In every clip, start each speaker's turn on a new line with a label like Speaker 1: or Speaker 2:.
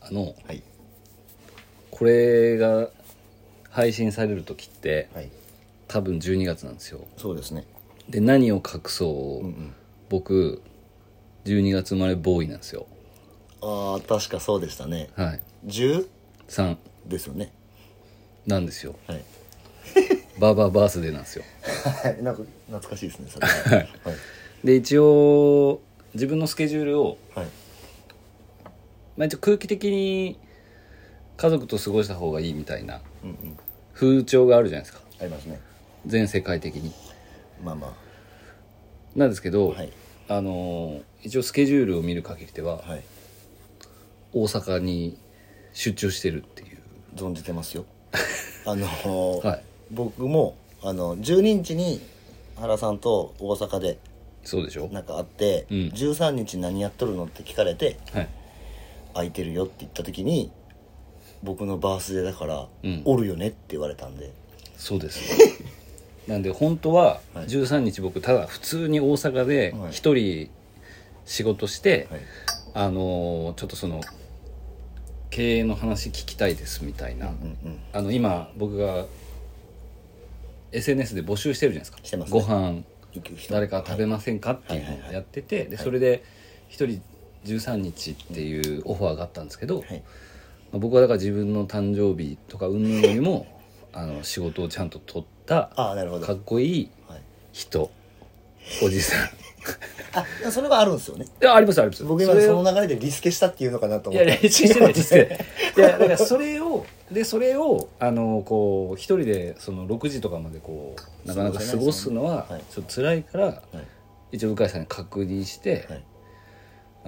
Speaker 1: あの
Speaker 2: はい
Speaker 1: これが配信される時って
Speaker 2: はい
Speaker 1: 多分12月なんですよ
Speaker 2: そうですね
Speaker 1: で何を隠そう、
Speaker 2: ん
Speaker 1: 僕12月生まれボーイなんですよ
Speaker 2: ああ確かそうでしたね
Speaker 1: はい
Speaker 2: 10
Speaker 1: 3
Speaker 2: ですよね
Speaker 1: なんですよ
Speaker 2: はい
Speaker 1: バーバーバースデーなんですよ
Speaker 2: なんか懐かしいですねそれははい
Speaker 1: で一応自分のスケジュールを、
Speaker 2: はい
Speaker 1: まあ、一応空気的に家族と過ごした方がいいみたいな
Speaker 2: うんうん
Speaker 1: 風潮があるじゃないですか
Speaker 2: ありますね
Speaker 1: 全世界的に
Speaker 2: まあま
Speaker 1: なんですけど、
Speaker 2: あはい
Speaker 1: あのー一応スケジュールを見る限りでは
Speaker 2: はい
Speaker 1: 大阪に出張してるっていう
Speaker 2: 存じて ますよあの
Speaker 1: はい
Speaker 2: 僕もあの12日に原さんと大阪で
Speaker 1: そうでしょ
Speaker 2: なんか会って、
Speaker 1: うん
Speaker 2: 13日何やっとるのって聞かれて
Speaker 1: はい
Speaker 2: 空いてるよって言った時に僕のバースデーだから、
Speaker 1: うん
Speaker 2: おるよねって言われたんで
Speaker 1: そうです なんで本当は13日僕ただ普通に大阪で
Speaker 2: はい
Speaker 1: 一人仕事して、
Speaker 2: はい
Speaker 1: あのーちょっとその経営の話聞きたいですみたいな、
Speaker 2: うんうん
Speaker 1: あの今僕が SNS で募集してるじゃないですか
Speaker 2: してます
Speaker 1: ご
Speaker 2: ね
Speaker 1: 飯
Speaker 2: 行く人
Speaker 1: 誰か食べませんかっていう
Speaker 2: はいはい
Speaker 1: の
Speaker 2: は
Speaker 1: を
Speaker 2: い
Speaker 1: やっててでそれで一人13日っていうオファーがあったんですけど、
Speaker 2: はい
Speaker 1: まあ僕はだから自分の誕生日とか云々より もあの仕事をちゃんと取った
Speaker 2: ああなるほど
Speaker 1: かっこいい
Speaker 2: はい、
Speaker 1: 人おじさんい
Speaker 2: あでもそれはあるんですよね
Speaker 1: やありますあります
Speaker 2: 僕今
Speaker 1: それ
Speaker 2: そ
Speaker 1: を
Speaker 2: の流れでリスケしたっていうのかなと
Speaker 1: い
Speaker 2: 思っ
Speaker 1: や
Speaker 2: た
Speaker 1: いやしてないしてないいやだからそれをでそれをあのこう一人でその6時とかまでこうなかなか過ごすのは
Speaker 2: そうですね
Speaker 1: ちょっと辛いから、
Speaker 2: はい
Speaker 1: 一応鵜飼さんに確認して、
Speaker 2: はい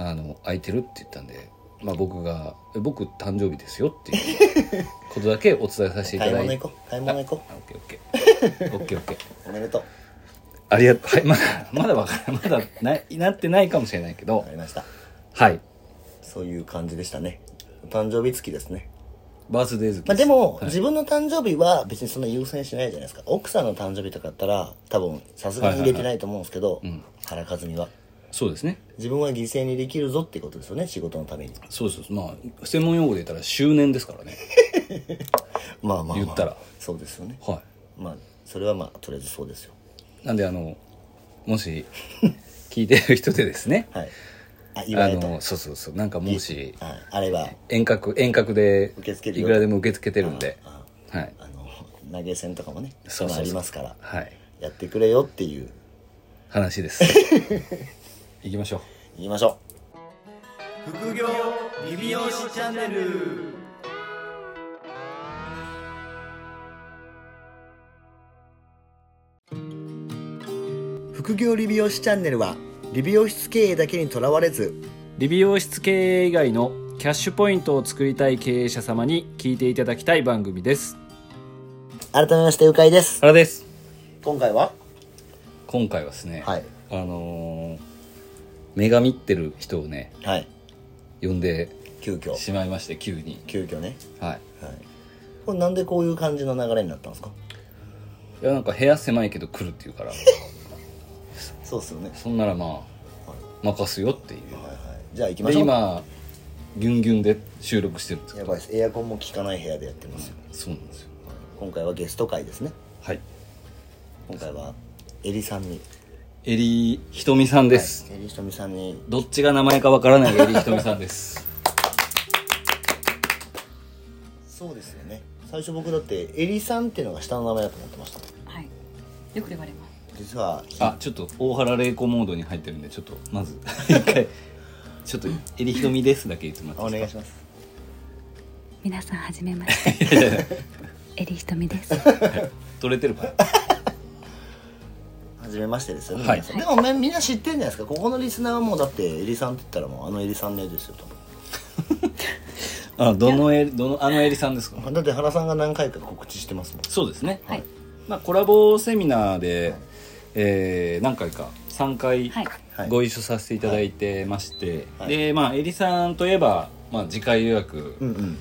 Speaker 1: あの空いてるって言ったんで、まあ、僕が「え僕誕生日ですよ」っていうことだけお伝えさせてい
Speaker 2: 買
Speaker 1: た
Speaker 2: い
Speaker 1: だいて
Speaker 2: 物行こう買い物行こ
Speaker 1: あオッケーオッケーオッケーオッケー
Speaker 2: うおめでとう
Speaker 1: ありがとうはいまだまだわからないまだないなってないかもしれないけど
Speaker 2: わかりました
Speaker 1: はい
Speaker 2: そういう感じでしたねお誕生日付きですね
Speaker 1: バースデー好き
Speaker 2: まあ、でも、
Speaker 1: はい
Speaker 2: 自分の誕生日は別にそんな優先しないじゃないですか奥さんの誕生日とかだったら多分さすがに入れてないと思うんですけど、
Speaker 1: いはいはいうん
Speaker 2: 原和美は
Speaker 1: そうですね
Speaker 2: 自分は犠牲にできるぞっていうことですよね仕事のために
Speaker 1: そうそうまあ専門用語で言ったら周年ですからね
Speaker 2: まあまあ、まあ、
Speaker 1: 言ったら
Speaker 2: そうですよね
Speaker 1: は
Speaker 2: まあそれはまあとりあえずそうですよ
Speaker 1: いなんであのもし聞いてる人でですね
Speaker 2: はいあ言わ
Speaker 1: あ
Speaker 2: れた
Speaker 1: のそうそうそうなんかもし
Speaker 2: はい、あれば
Speaker 1: 遠隔遠隔で
Speaker 2: 受け付ける
Speaker 1: い
Speaker 2: よ
Speaker 1: くらでも受け付けてるんで
Speaker 2: あ
Speaker 1: はい
Speaker 2: あの投げ銭とかもね
Speaker 1: そうそうそう
Speaker 2: まあありますから
Speaker 1: はい
Speaker 2: やってくれよっていう
Speaker 1: 話 です行きましょう
Speaker 2: 言いましょ
Speaker 3: 副業リビオシチャンネル
Speaker 2: う副業理美容師チャンネルは理美容室経営だけにとらわれず
Speaker 1: 理美容室経営以外のキャッシュポイントを作りたい経営者様に聞いていただきたい番組です
Speaker 2: 改めましてうかいです
Speaker 1: 原です
Speaker 2: 今回は
Speaker 1: 今回はですね、
Speaker 2: はい
Speaker 1: あのー女神ってる人をね
Speaker 2: はい
Speaker 1: 呼んで
Speaker 2: 急遽
Speaker 1: しまいまして急に
Speaker 2: 急遽ね
Speaker 1: はい
Speaker 2: はいこれなんでこういう感じの流れになったんですか
Speaker 1: いやなんか部屋狭いけど来るっていうから
Speaker 2: そうっすよね
Speaker 1: そんならまあ任すよってい
Speaker 2: は
Speaker 1: う
Speaker 2: いはいじゃあ行きま
Speaker 1: で
Speaker 2: しょう
Speaker 1: 今ギュンギュンで収録してるんですけ
Speaker 2: や
Speaker 1: ど
Speaker 2: ばいですエアコンも効かない部屋でやってますよ
Speaker 1: そうなんですよ
Speaker 2: 今回はゲスト会ですね
Speaker 1: はい
Speaker 2: 今回はエリさんに
Speaker 1: エリーひとみさんです、
Speaker 2: エリひとみさんに
Speaker 1: どっちが名前かわからないエリーひとみさんです
Speaker 2: そうですよね最初僕だってエリさんっていうのが下の名前だと思ってました
Speaker 4: はい。よく言われます。
Speaker 2: 実は
Speaker 1: あちょっと大原玲子モードに入ってるんでちょっとま ず一回ちょっと「えりひとみです」だけ言ってもら
Speaker 2: お
Speaker 1: っていい
Speaker 2: 願
Speaker 1: で
Speaker 2: い
Speaker 1: す
Speaker 2: し
Speaker 1: か
Speaker 2: ます
Speaker 4: 皆さんはじめま して。エリひとみです。
Speaker 1: 取れてるか
Speaker 2: はじめましてですよね、
Speaker 1: はい
Speaker 2: 皆さんでもみんみんな知ってんじゃないですかここのリスナーはもうだってエリさんって言ったらもうあのエリさんねですよと
Speaker 1: あどのえりどのあのえりさんですか
Speaker 2: だって原さんが何回か告知してますもん
Speaker 1: そうですね、
Speaker 4: はい。
Speaker 1: まあ、コラボセミナーで、えー何回か3回
Speaker 4: はい
Speaker 2: はい
Speaker 1: ご一緒させていただいてまして、
Speaker 2: はい
Speaker 1: でまあえりさんといえば、まあ、次回予約
Speaker 2: うんうん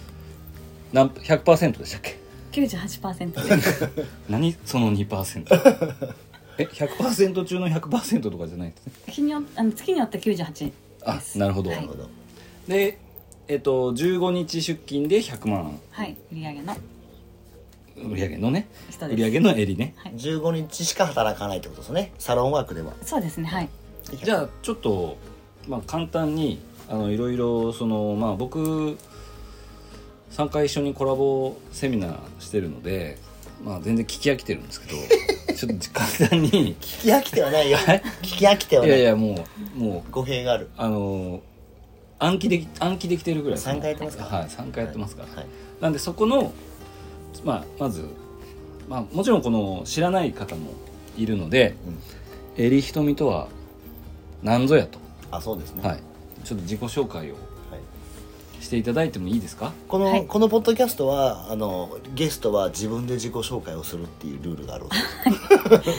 Speaker 1: 何100%でしたっけ
Speaker 4: 九十八パーセントです。
Speaker 1: 何その 2%? え100%中の100%とかじゃないですね
Speaker 4: 日によあの月によって九十八。
Speaker 1: あなるほど、
Speaker 2: なるほど
Speaker 1: でえっと、15日出勤で100万
Speaker 4: はい売上の
Speaker 1: 売り上げのね
Speaker 4: 人
Speaker 1: 売
Speaker 4: です
Speaker 1: り上げの襟ね
Speaker 4: はい
Speaker 2: 15日しか働かないってことですねサロンワークでは
Speaker 4: そうですねはい
Speaker 1: じゃあちょっと、まあ、簡単にあのいろいろその、まあ、僕3回一緒にコラボセミナーしてるので、まあ、全然聞き飽きてるんですけ どちょっと簡単に
Speaker 2: 聞き飽きてはないよ聞き飽きてはいな
Speaker 1: や
Speaker 2: い
Speaker 1: いやもうもう
Speaker 2: 語弊がある
Speaker 1: あの暗記でき暗記できてるぐらい
Speaker 2: 3回やってますか
Speaker 1: はい3回やってますから、
Speaker 2: はい
Speaker 1: なんでそこの、まあ、まず、まあ、もちろんこの知らない方もいるので
Speaker 2: うん
Speaker 1: 「えりひとみとは何ぞやと」
Speaker 2: あそうですね
Speaker 1: はい、ちょっと自己紹介を
Speaker 2: はい
Speaker 1: していただいてもいいです か
Speaker 2: この、
Speaker 4: はい
Speaker 2: このポッドキャストはあのゲストは自分で自己紹介をするっていうルールがあるわけです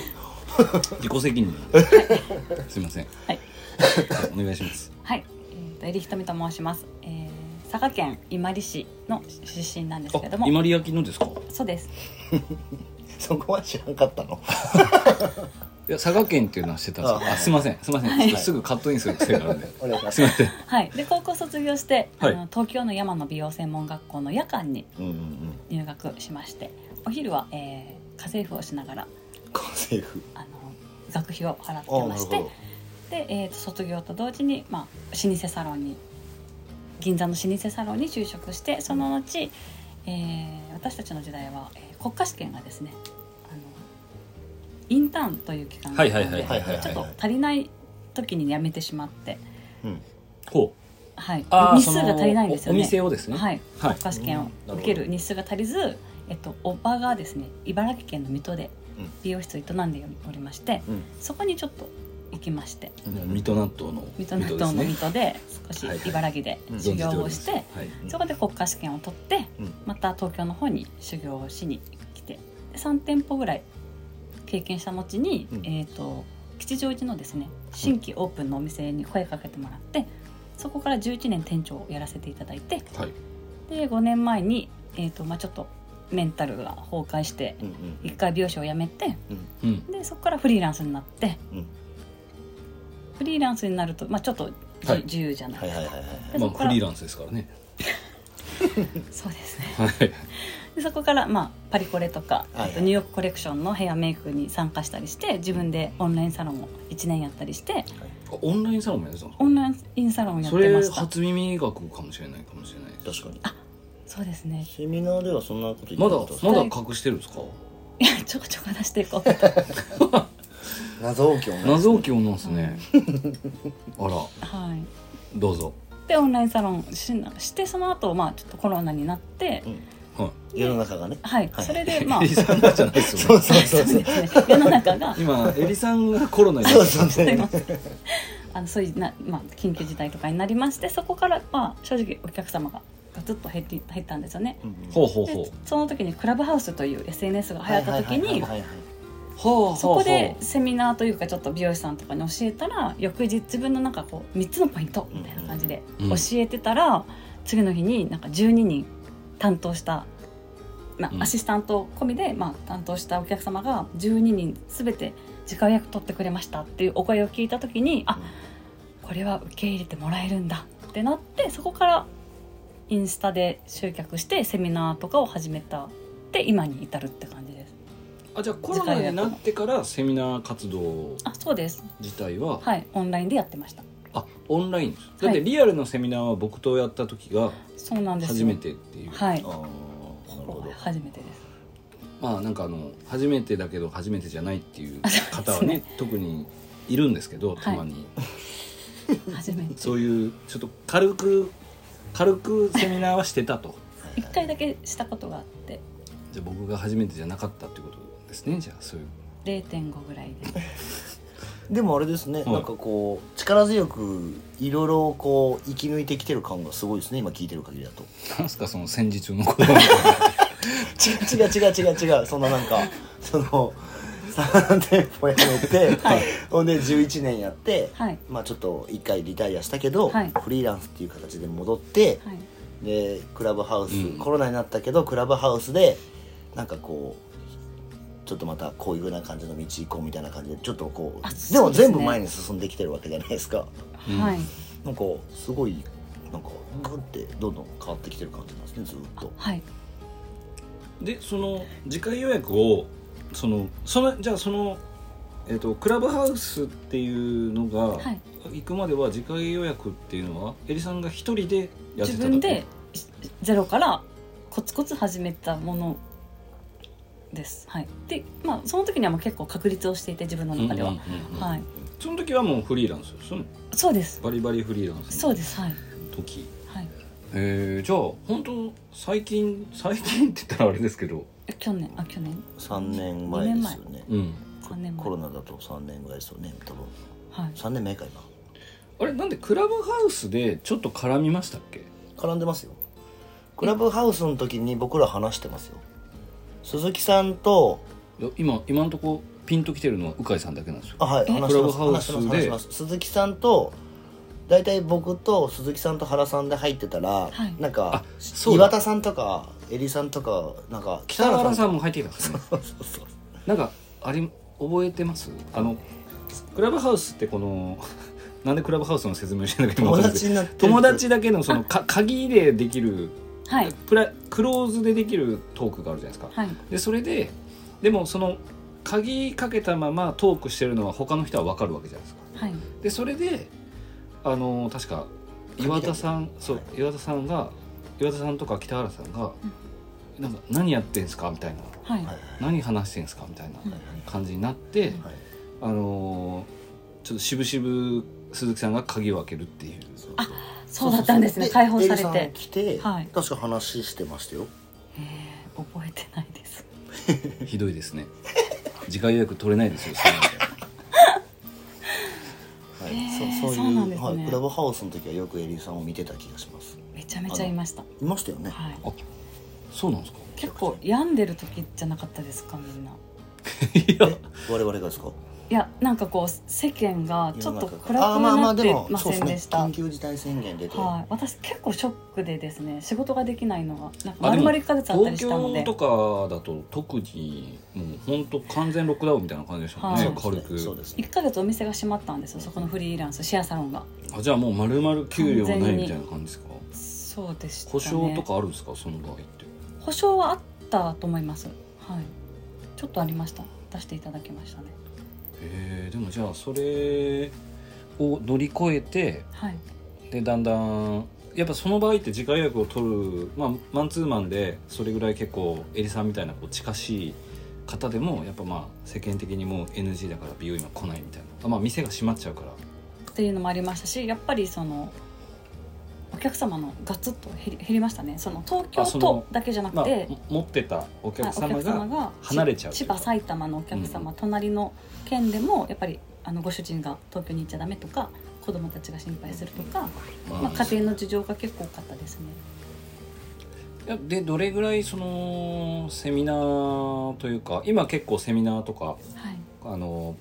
Speaker 1: 自己責任 すいません、
Speaker 4: は
Speaker 1: は
Speaker 4: い
Speaker 1: いお願いします
Speaker 4: はい、えー、とえりひとみと申します、えー、佐賀県伊万里市の出身なんです
Speaker 1: あ
Speaker 4: けども
Speaker 1: 伊万里焼のですか
Speaker 4: そうです
Speaker 2: そこは知らんかったの
Speaker 1: いや佐賀県っていうのはしてたんですけど
Speaker 2: あ
Speaker 1: あすいませんすいません、ちょっとすぐカットインする癖がある んで
Speaker 2: お願いします
Speaker 1: いません
Speaker 4: はいで高校卒業して、
Speaker 1: はい
Speaker 4: あの東京の山の美容専門学校の夜間に
Speaker 2: うんうんうん
Speaker 4: 入学しましてお昼は、えー、家政婦をしながら
Speaker 2: 家政婦
Speaker 4: あの学費を払
Speaker 2: あ
Speaker 4: っ
Speaker 2: あ
Speaker 4: て
Speaker 2: な
Speaker 4: ま
Speaker 2: る
Speaker 4: し
Speaker 2: ほ
Speaker 4: て
Speaker 2: ど
Speaker 4: で、えーと卒業と同時に、まあ、老舗サロンに銀座の老舗サロンに就職してその後、えー私たちの時代は、えー国家試験がですねあのインターンという期間があったの
Speaker 1: はいはい
Speaker 4: で
Speaker 2: はいはいはいはい
Speaker 4: ちょっと足りない時に辞めてしまって、
Speaker 2: うん
Speaker 1: ほう
Speaker 4: はい、
Speaker 1: あー
Speaker 4: 日数が足りないんです
Speaker 1: その
Speaker 4: よね。
Speaker 1: おお店をですね
Speaker 4: はい、
Speaker 1: はい
Speaker 4: 国家試験を
Speaker 2: うん
Speaker 4: 受ける日数が足りず、えっと、おばがですね茨城県の水戸で
Speaker 2: うん
Speaker 4: 美容室を営んでおりまして、
Speaker 2: うん
Speaker 4: そこにちょっと行きまして
Speaker 1: 水戸納豆の
Speaker 4: 水戸納豆の
Speaker 1: 水
Speaker 4: 水戸で少
Speaker 1: はいは
Speaker 4: し
Speaker 1: い
Speaker 4: 茨城で
Speaker 2: うん
Speaker 4: 修行を
Speaker 1: 存
Speaker 4: して
Speaker 1: じおります
Speaker 2: うん
Speaker 4: そこで国家試験を取って
Speaker 2: うん
Speaker 4: また東京の方に修行をしに来てで3店舗ぐらい経験した後に、
Speaker 2: うん
Speaker 4: えー、と吉祥寺のですね新規オープンのお店に声かけてもらってそこから11年店長をやらせていただいて
Speaker 1: はい、はい、
Speaker 4: で5年前に、えーとまあ、ちょっとメンタルが崩壊して
Speaker 2: うんうん
Speaker 4: 1回美容師を辞めて
Speaker 1: うん
Speaker 4: でそこからフリーランスになって
Speaker 2: うん
Speaker 4: フリーランスになると、まあ、ちょっとじ、
Speaker 1: はい
Speaker 4: 自由じゃない
Speaker 2: はい
Speaker 4: です
Speaker 2: はい
Speaker 4: か。
Speaker 2: はいはい
Speaker 1: ま
Speaker 4: で
Speaker 1: あ
Speaker 4: そこ
Speaker 1: フ
Speaker 4: から
Speaker 1: リーランスですからね
Speaker 4: そうですね
Speaker 1: はい
Speaker 4: でそこから、まあ、パリコレとか、
Speaker 2: はいはい
Speaker 4: あとニューヨークコレクションのヘアメイクに参加したりして自分でオンラインサロンも1年やったりして
Speaker 1: あオンラインサロンもやってたんですか
Speaker 4: オンラインサロンをやっ
Speaker 1: そ
Speaker 4: てま
Speaker 1: れ
Speaker 4: したそ
Speaker 1: 初耳学かもしれないかもしれないです
Speaker 2: 確かに
Speaker 4: うですね
Speaker 2: セミナーではそんなこと言って
Speaker 1: ま
Speaker 2: な
Speaker 1: だ
Speaker 2: かったです
Speaker 1: まだ隠してるんですか
Speaker 4: いやちょこちょこ出していこ うは
Speaker 2: 謎多き女
Speaker 1: 謎をき女なんですねあら
Speaker 4: い
Speaker 1: どうぞ
Speaker 4: でオンラインサロンしなしてその後、まあちょっとコロナになって、
Speaker 1: は
Speaker 2: 世の中がね
Speaker 4: はい、
Speaker 2: はい
Speaker 4: そ れ
Speaker 1: い
Speaker 4: でまあ
Speaker 1: エリさんがじゃないですよね
Speaker 2: そうそうそう
Speaker 4: そうですね世の中が
Speaker 1: 今エリさんがコロナに
Speaker 2: そうそうそ
Speaker 4: すいうませんあのそういうな、まあ、緊急事態とかになりましてそこから、まあ、正直お客様がガツッと減って減ったんですよね
Speaker 2: うんうん
Speaker 1: ほうほうほう
Speaker 4: でその時にクラブハウスという SNS が流行った時に
Speaker 2: はいはいはいはい
Speaker 1: ほうほうほう
Speaker 4: そこでセミナーというかちょっと美容師さんとかに教えたら翌日自分のなんかこう3つのポイントみたいな感じで
Speaker 1: うん
Speaker 4: 教えてたら、次の日になんか12人担当した、ま
Speaker 1: うん
Speaker 4: あ、アシスタント込みで、まあ、担当したお客様が12人全て時間役取ってくれましたっていうお声を聞いた時にあこれは受け入れてもらえるんだってなってそこからインスタで集客してセミナーとかを始めたで今に至るって感じです。
Speaker 1: あじゃあコロナになってからセミナー活動
Speaker 4: あそうです
Speaker 1: 自体は、
Speaker 4: はい、オンラインでやってました。
Speaker 1: あオンラインですだってリアルのセミナーは僕とやった時が
Speaker 4: そうなんです。
Speaker 1: 初め。てっていう
Speaker 4: は
Speaker 2: あ
Speaker 4: い。
Speaker 2: ーなるほど
Speaker 4: 初めてです。
Speaker 1: まあなんかあの初めてだけど初めてじゃないっていう方はね特にいるんですけどたまに、
Speaker 4: 初めて。
Speaker 1: そういうちょっと軽く軽くセミナーはしてたと
Speaker 4: 一回だけしたことがあって、
Speaker 1: じゃあ僕が初めてじゃなかったってことですねじゃあそういう
Speaker 4: 0.5ぐらいで。
Speaker 2: でもあれですね、
Speaker 1: はい
Speaker 2: なんかこう力強くいろいろこう生き抜いてきてる感がすごいですね今聞いてる限りだと
Speaker 1: なんすかその戦時中の子供みたい な
Speaker 2: 違う違う違う違う違うそんななんかその3店舗やめて、
Speaker 4: はい
Speaker 2: ほんで11年やって、
Speaker 4: はい
Speaker 2: まあちょっと1回リタイアしたけど、
Speaker 4: はい
Speaker 2: フリーランスっていう形で戻って、
Speaker 4: はい。
Speaker 2: でクラブハウス、
Speaker 1: うん
Speaker 2: コロナになったけどクラブハウスでなんかこうちょっとまたこういうふうな感じの道行こうみたいな感じでちょっとこう
Speaker 4: あ
Speaker 2: でも
Speaker 4: そうですね
Speaker 2: 全部前に進んできてるわけじゃないですか。
Speaker 1: うん
Speaker 4: はい。
Speaker 2: なんかすごいなんかグッてどんどん変わってきてる感じなんですねずーっと
Speaker 4: はい
Speaker 1: でその次回予約をそのそのじゃあその、えー、とクラブハウスっていうのが、
Speaker 4: はい
Speaker 1: 行くまでは次回予約っていうのはえりさんが一人でやってた
Speaker 4: 自
Speaker 1: 時
Speaker 4: 分でしゼロからコツコツ始めたものですはいでまあその時にはもう結構確立をしていて自分の中では、
Speaker 1: うんうんうんうん
Speaker 4: はい
Speaker 1: その時はもうフリーランスですよね
Speaker 4: そうです
Speaker 1: バリバリフリーランス
Speaker 4: そ
Speaker 1: の
Speaker 4: うですはい
Speaker 1: 時
Speaker 4: はい
Speaker 1: えー、じゃあ本当最近最近って言ったらあれですけど、
Speaker 4: え去年あ去年
Speaker 2: 3年前ですよね
Speaker 1: うん、
Speaker 4: 3年前
Speaker 2: コロナだと3年ぐらいですよね多分
Speaker 4: はい
Speaker 2: 3年目か今
Speaker 1: あれなんでクラブハウスでちょっと絡みましたっけ
Speaker 2: 絡んでますよクラブハウスの時に僕ら話してますよ鈴木さんと
Speaker 1: いや今今んとこピンときてるのは鵜飼さんだけなんですよ
Speaker 2: あはい
Speaker 4: え
Speaker 2: 話してます
Speaker 1: クラブハウ
Speaker 2: 話
Speaker 1: ス
Speaker 2: し
Speaker 1: で
Speaker 2: てます話してます鈴木さんと大体僕と鈴木さんと原さんで入ってたら、
Speaker 4: はい
Speaker 2: な
Speaker 1: あ
Speaker 2: んか
Speaker 1: そうだ
Speaker 2: 岩田さんとかエリさんとかなんか
Speaker 1: 北原さんも入ってきたんですね
Speaker 2: そうそうそう
Speaker 1: なんかあれ覚えてますあのクラブハウスってこの なんでクラブハウスの説明をしてんだけど
Speaker 2: 友達になってる
Speaker 1: 友達だけのそのか鍵でできる、
Speaker 4: はい
Speaker 1: プラクローズでできるトークがあるじゃないですか、
Speaker 4: はい
Speaker 1: でそれででもその鍵かけたままトークしてるのは他の人は分かるわけじゃないですか
Speaker 4: はい
Speaker 1: でそれであの確か岩田さんそう
Speaker 2: は
Speaker 1: 岩田さんが岩田さんとか北原さんが「なんか何やってんすか?」みたいな
Speaker 4: はい
Speaker 2: はい
Speaker 1: 「何話してんすか?」みたいな
Speaker 4: うん
Speaker 1: 感じになって、
Speaker 2: はい
Speaker 1: あのーちょっと渋々鈴木さんが鍵を開けるっていう
Speaker 2: そう
Speaker 4: そうだったんですね解放され
Speaker 2: エリさん
Speaker 4: て
Speaker 2: 来て、
Speaker 4: はい
Speaker 2: 確か話してましたよ
Speaker 4: 覚えてないです
Speaker 1: ひどいですね次回予約取れないですよそんなの
Speaker 2: はい
Speaker 4: へー
Speaker 2: そうそう
Speaker 4: そう
Speaker 2: い
Speaker 4: な
Speaker 2: うん
Speaker 4: ですね
Speaker 2: はい、クラブハウスの時はよくエリさんを見てた気がします
Speaker 4: めちゃめちゃいました
Speaker 2: いましたよね、
Speaker 4: はい
Speaker 1: あそうなんですか
Speaker 4: 結構病んでる時じゃなかったですかみんない
Speaker 1: や
Speaker 2: 我々がですか
Speaker 4: いやなんかこう世間がちょっと暗
Speaker 2: あー
Speaker 4: く
Speaker 2: まあま
Speaker 4: な
Speaker 2: あ
Speaker 4: っ
Speaker 2: で
Speaker 4: て
Speaker 2: も
Speaker 4: ま
Speaker 2: そう
Speaker 4: せんでした、
Speaker 2: ね、緊急事態宣言出て、
Speaker 4: はい、私結構ショックでですね仕事ができないのがなんか
Speaker 1: あで
Speaker 4: 丸
Speaker 1: も
Speaker 4: 々かれちゃったり
Speaker 1: 東
Speaker 4: したの
Speaker 1: 京
Speaker 4: で
Speaker 1: とかだと特にもう本当完全ロックダウンみたいな感じでしたもんね、
Speaker 4: はい
Speaker 2: そう
Speaker 1: 軽
Speaker 2: ですねそう
Speaker 1: く
Speaker 2: ですね
Speaker 4: 1ヶ月お店が閉まったんですよそこのフリーランスシェアサロンが
Speaker 1: あじゃあもう丸々給料がないみたいな感じですか
Speaker 4: そうでしたね
Speaker 1: 故障とかあるんですかその場合って
Speaker 4: 保証はあったと思いますはいちょっとありました出していただきましたね
Speaker 1: えー、でもじゃあそれを乗り越えて
Speaker 4: はい
Speaker 1: でだんだんやっぱその場合って自家予約を取る、まあ、マンツーマンでそれぐらい結構エリさんみたいなこう近しい方でもやっぱまあ世間的にもう NG だから美容院は来ないみたいなあまあ店が閉まっちゃうから
Speaker 4: っていうのもありましたしやっぱりそのお客様のガツッと減り減りましたねその東
Speaker 1: あ
Speaker 4: 京
Speaker 1: その
Speaker 4: 都だけじゃな
Speaker 1: まあ
Speaker 4: くて、
Speaker 1: も持ってたお客様
Speaker 4: はい
Speaker 1: が離れちゃうとい
Speaker 4: 千
Speaker 1: うか
Speaker 4: 葉埼玉のお客様、
Speaker 1: う
Speaker 4: 隣の県でもやっぱりあのご主人が東京に行っちゃダメとか子供たちが心配するとか、まあ、家庭の事情が結構多かったですね
Speaker 1: いやでどれぐらいそのセミナーというか今結構セミナーとか
Speaker 4: はい
Speaker 1: あの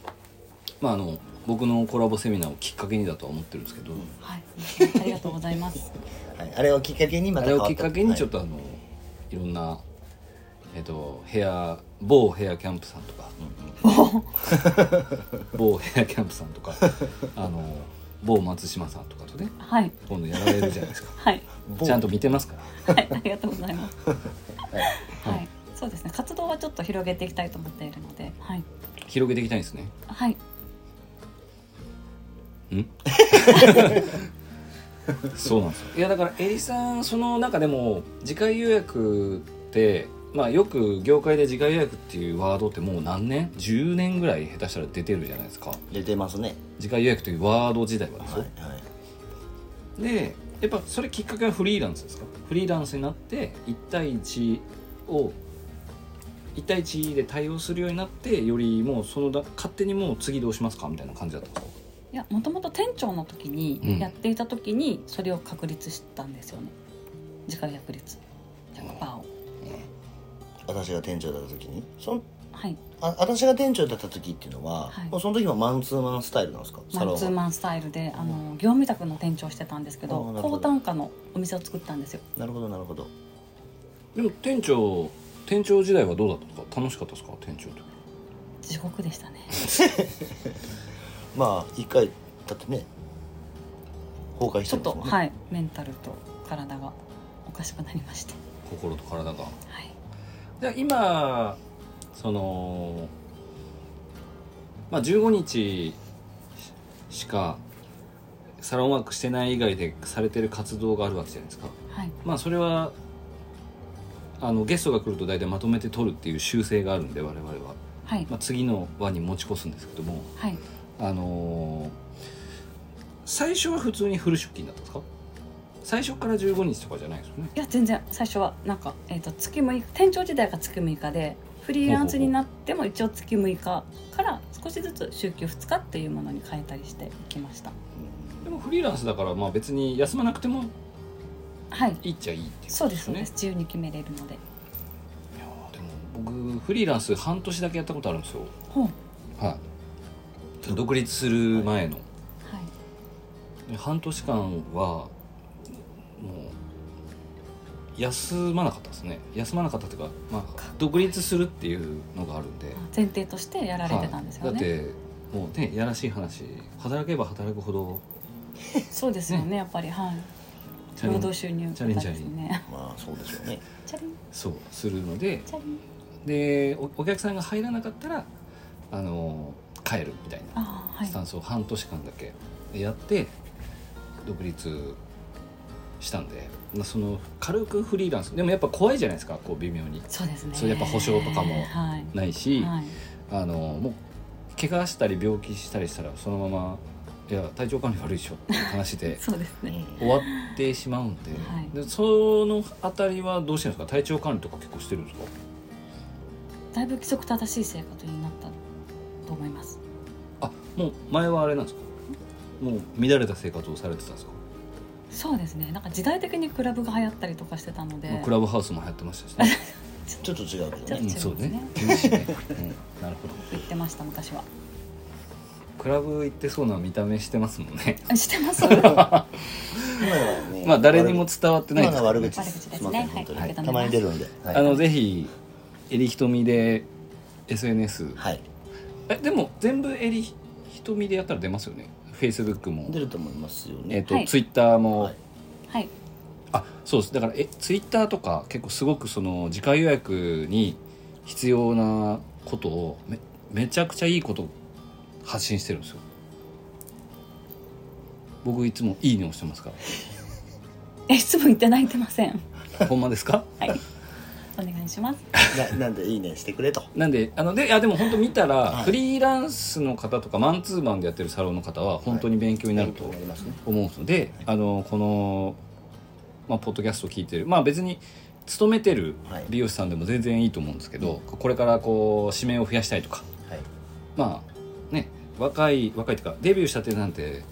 Speaker 1: まああの僕のコラボセミナーをきっかけにだとは思ってるんですけど、
Speaker 4: はいありがとうございます
Speaker 2: はい、あれをきっかけにま
Speaker 1: あ
Speaker 2: た
Speaker 1: れ
Speaker 2: 変
Speaker 1: を
Speaker 2: わ
Speaker 1: き
Speaker 2: た
Speaker 1: っかけにちょっ
Speaker 2: と、
Speaker 1: とあの、い、ろんなえっとヘア某ヘアキャンプさんとか 某ヘアキャンプさんとかあの某松島さんとかとね
Speaker 4: はい
Speaker 1: 今度やられるじゃないです か
Speaker 4: はい、
Speaker 2: 某
Speaker 1: ちゃんと見てますから
Speaker 4: はい、ありがとうございます
Speaker 2: はいはい
Speaker 4: はいそうですね活動はちょっと広げていきたいと思っているのではい
Speaker 1: 広げていきたいんですね
Speaker 4: はい
Speaker 1: そうなんですよいやだからエリさんその中でも次回予約ってまあよく業界で次回予約っていうワードってもう何年 ?10 年ぐらい下手したら出てるじゃないですか
Speaker 2: 出てますね
Speaker 1: 次回予約というワード自体はです
Speaker 2: はい
Speaker 1: よ、
Speaker 2: はい
Speaker 1: でやっぱそれきっかけはフリーランスですかフリーランスになって1対1を1対1で対応するようになってよりもうそのだ勝手にもう次どうしますかみたいな感じだったんですか
Speaker 4: いやもともと店長の時
Speaker 1: う
Speaker 4: に
Speaker 1: ん
Speaker 4: やっていた時にそれを確立したんですよね自家確率100%を
Speaker 2: 私が店長だった時にその
Speaker 4: はい
Speaker 2: あ私が店長だった時っていうのは、
Speaker 4: はい
Speaker 2: もうその時はマンツーマンスタイルなんですかサ
Speaker 4: マ
Speaker 2: ロン
Speaker 4: ンツー
Speaker 2: は
Speaker 4: マンスタイルであの業務委託の店長をしてたんですけ
Speaker 2: あーな
Speaker 4: ど
Speaker 2: るほど
Speaker 4: 高単価のお店を作ったんですよ
Speaker 2: なるほどなるほど
Speaker 1: でも店長店長時代はどうだったんですか楽しかったですか店長と
Speaker 4: 地獄でしたね
Speaker 2: まあ一回だってね崩壊し
Speaker 4: ち
Speaker 2: て
Speaker 4: ょっ
Speaker 2: ます
Speaker 4: と、
Speaker 2: もんね
Speaker 4: はいメンタルと体がおかしくなりまして
Speaker 1: 心と体が
Speaker 4: はい
Speaker 1: で今その、まあ、15日しかサロンワークしてない以外でされてる活動があるわけじゃないですか
Speaker 4: はい
Speaker 1: まあそれはあのゲストが来ると大体まとめて撮るっていう習性があるんで我々は、
Speaker 4: はい
Speaker 1: まあ、次の輪に持ち越すんですけども
Speaker 4: はい
Speaker 1: あのー最初は普通にフル出勤だったんですか最初から15日とかじゃないですよね
Speaker 4: いや全然最初はなんか、えー、と月6日店長時代が月6日でフリーランスになっても一応月6日から少しずつ週休2日っていうものに変えたりしていきました
Speaker 1: でもフリーランスだからまあ別に休まなくても
Speaker 4: はい
Speaker 1: いいっちゃいいっていうことです
Speaker 4: そうですそ
Speaker 1: よ
Speaker 4: う
Speaker 1: ね
Speaker 4: です自由に決めれるので
Speaker 1: いやーでも僕フリーランス半年だけやったことあるんですよ
Speaker 4: ほうは
Speaker 1: はい独立する前の、
Speaker 4: い
Speaker 1: で半年間はもう休まなかったですね休まなかったっていうか、まあ、独立するっていうのがあるんで
Speaker 4: 前提としてやられてたんですよ
Speaker 1: はいだっ
Speaker 4: ね、
Speaker 1: てもうねやらしい話働けば働くほど
Speaker 4: そうですよねやっぱりはい
Speaker 1: チャレ
Speaker 4: 労
Speaker 1: ン
Speaker 4: 働収入
Speaker 1: チャレンジャー
Speaker 4: ですね
Speaker 2: まあそうでしょうね
Speaker 4: チャリン
Speaker 1: そうするので
Speaker 4: チャリン
Speaker 1: でおお客さんが入らなかったらあの帰るみたいな
Speaker 4: ああはい
Speaker 1: スタンスを半年間だけやって独立したんで、まあ、その軽くフリーランスでもやっぱ怖いじゃないですかこう微妙に
Speaker 4: そうですね
Speaker 1: そうやっぱ保証とかも
Speaker 4: はい
Speaker 1: ないし、
Speaker 4: はい
Speaker 1: あのもう怪我したり病気したりしたらそのまま「いや体調管理悪いでしょ」っていう話 で
Speaker 4: そうですね
Speaker 1: 終わってしまうんで,、
Speaker 4: はい
Speaker 1: でそのあたりはどうしてるんですか体調管理とか結構してるんですか
Speaker 4: だいぶ規則正しい生活になったと思います
Speaker 1: あもう前はあれなんですかもう乱れた生活をされてたんですか、
Speaker 4: そうですねなんか時代的にクラブが流行ったりとかしてたので
Speaker 1: まあクラブハウスも流行ってましたしね
Speaker 2: ちょっと違うけ
Speaker 4: ちょ
Speaker 1: う
Speaker 2: どね
Speaker 4: っと
Speaker 1: ん
Speaker 4: 違います
Speaker 1: そうね
Speaker 4: ね。
Speaker 1: うんなるほど。
Speaker 4: 行ってました昔は
Speaker 1: クラブ行ってそうな見た目してますもんね。
Speaker 4: あしてます悪
Speaker 2: 今のはね
Speaker 1: まあ誰にも伝わってない
Speaker 2: 今
Speaker 1: ですけ
Speaker 2: のは
Speaker 1: ど
Speaker 2: 悪
Speaker 1: ね
Speaker 2: 口です
Speaker 4: 口ですす
Speaker 2: いま
Speaker 4: ね
Speaker 2: せ
Speaker 4: はい
Speaker 2: ん本当に、
Speaker 4: 受け止めます
Speaker 2: たまに出るんで、はい、
Speaker 1: あのぜひエリ瞳で SNS。
Speaker 2: はい
Speaker 1: えでも全部エリ瞳でやったら出ますよね。Facebook も
Speaker 2: 出ると思いますよ
Speaker 1: えっ
Speaker 2: ね
Speaker 1: と
Speaker 4: はい
Speaker 1: Twitter も
Speaker 2: はい
Speaker 4: はい
Speaker 1: あそうです。だからえ Twitter とか結構すごくその次回予約に必要なことをめめちゃくちゃいいこと発信してるんですよ。僕いつもいいねをしてますから。
Speaker 4: え質問いただいてません
Speaker 1: ほんまですか
Speaker 4: はいお願いします
Speaker 2: な なんでいいねしてくれと
Speaker 1: なんであのでいやでも本当見たら、
Speaker 2: い
Speaker 1: フリーランスの方とかマンツーマンでやってるサロンの方は本当に勉強になると
Speaker 2: なりますね
Speaker 1: 思うので、あのこの、まあ、ポッドキャストを聞いてるまあ別に勤めてる
Speaker 2: はい
Speaker 1: 美容師さんでも全然いいと思うんですけど、これからこう指名を増やしたいとか
Speaker 2: はい
Speaker 1: まあね若い若いっていうかデビューしたてなんて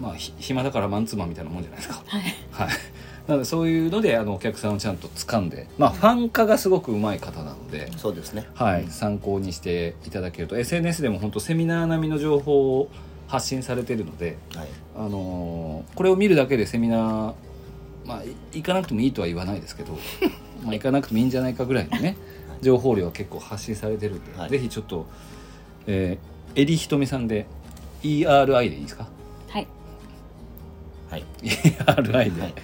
Speaker 1: まあひ暇だからマンツーマンみたいなもんじゃないですか。
Speaker 4: はい
Speaker 1: はい、 なのでそういうのであのお客さんをちゃんと掴んで、まあ、ファン化がすごくうまい方なので。
Speaker 2: そうですね
Speaker 1: はい、参考にしていただけると SNS でも本当セミナー並みの情報を発信されているので、
Speaker 2: はい
Speaker 1: あのーこれを見るだけでセミナー、まあ、い行かなくてもいいとは言わないですけ どまあ行かなくてもいいんじゃないかぐらいのね情報量は結構発信されてるんで、
Speaker 2: はい
Speaker 1: ぜひちょっと、えー、エリひとみさんで ERI でいいですか
Speaker 4: はい
Speaker 2: はい、
Speaker 1: ERI で、
Speaker 2: はい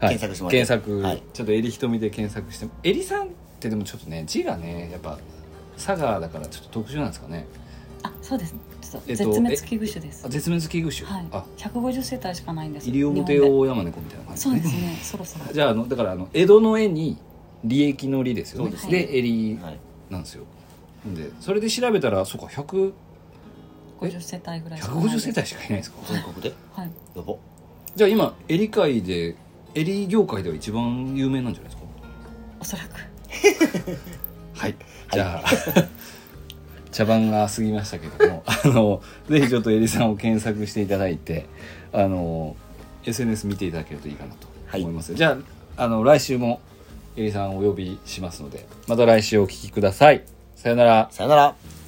Speaker 2: 検索してもらって
Speaker 1: 検索、
Speaker 2: はい
Speaker 1: ちょっとエリひとみで検索してエリさんってでもちょっとね字がねやっぱ佐賀だからちょっと特殊なんですかね
Speaker 4: あそうですちょっ
Speaker 1: え
Speaker 4: と
Speaker 1: っと
Speaker 4: 絶滅危惧種です
Speaker 1: あ絶滅危惧種、
Speaker 4: はい
Speaker 1: あ
Speaker 4: 150世帯しかないんです
Speaker 1: 西表
Speaker 4: 日本
Speaker 1: 大山猫みたいな感
Speaker 4: で
Speaker 1: じ
Speaker 4: そう
Speaker 1: ね
Speaker 4: ですねそろそろ
Speaker 1: じゃああのだからあの江戸の絵に利益の利ですよね
Speaker 2: そうです
Speaker 4: ね
Speaker 1: で襟
Speaker 2: はい、
Speaker 1: なんですよでそれで調べたらそうか100
Speaker 4: 50世帯ぐらいしかないで
Speaker 1: 150
Speaker 4: す
Speaker 1: 世帯しかいないんですか
Speaker 2: 全国で
Speaker 4: はい
Speaker 2: 呼ぼ
Speaker 1: じゃあ今襟界で襟業界では一番有名なんじゃないですか
Speaker 4: おそらく
Speaker 1: はいじゃあ、 茶番が過ぎましたけども あのぜひちょっと襟さんを検索していただいてあの SNS 見ていただけるといいかなと思います、じゃああの来週も襟さんをお呼びしますのでまた来週お聞きくださいさよなら
Speaker 2: さよなら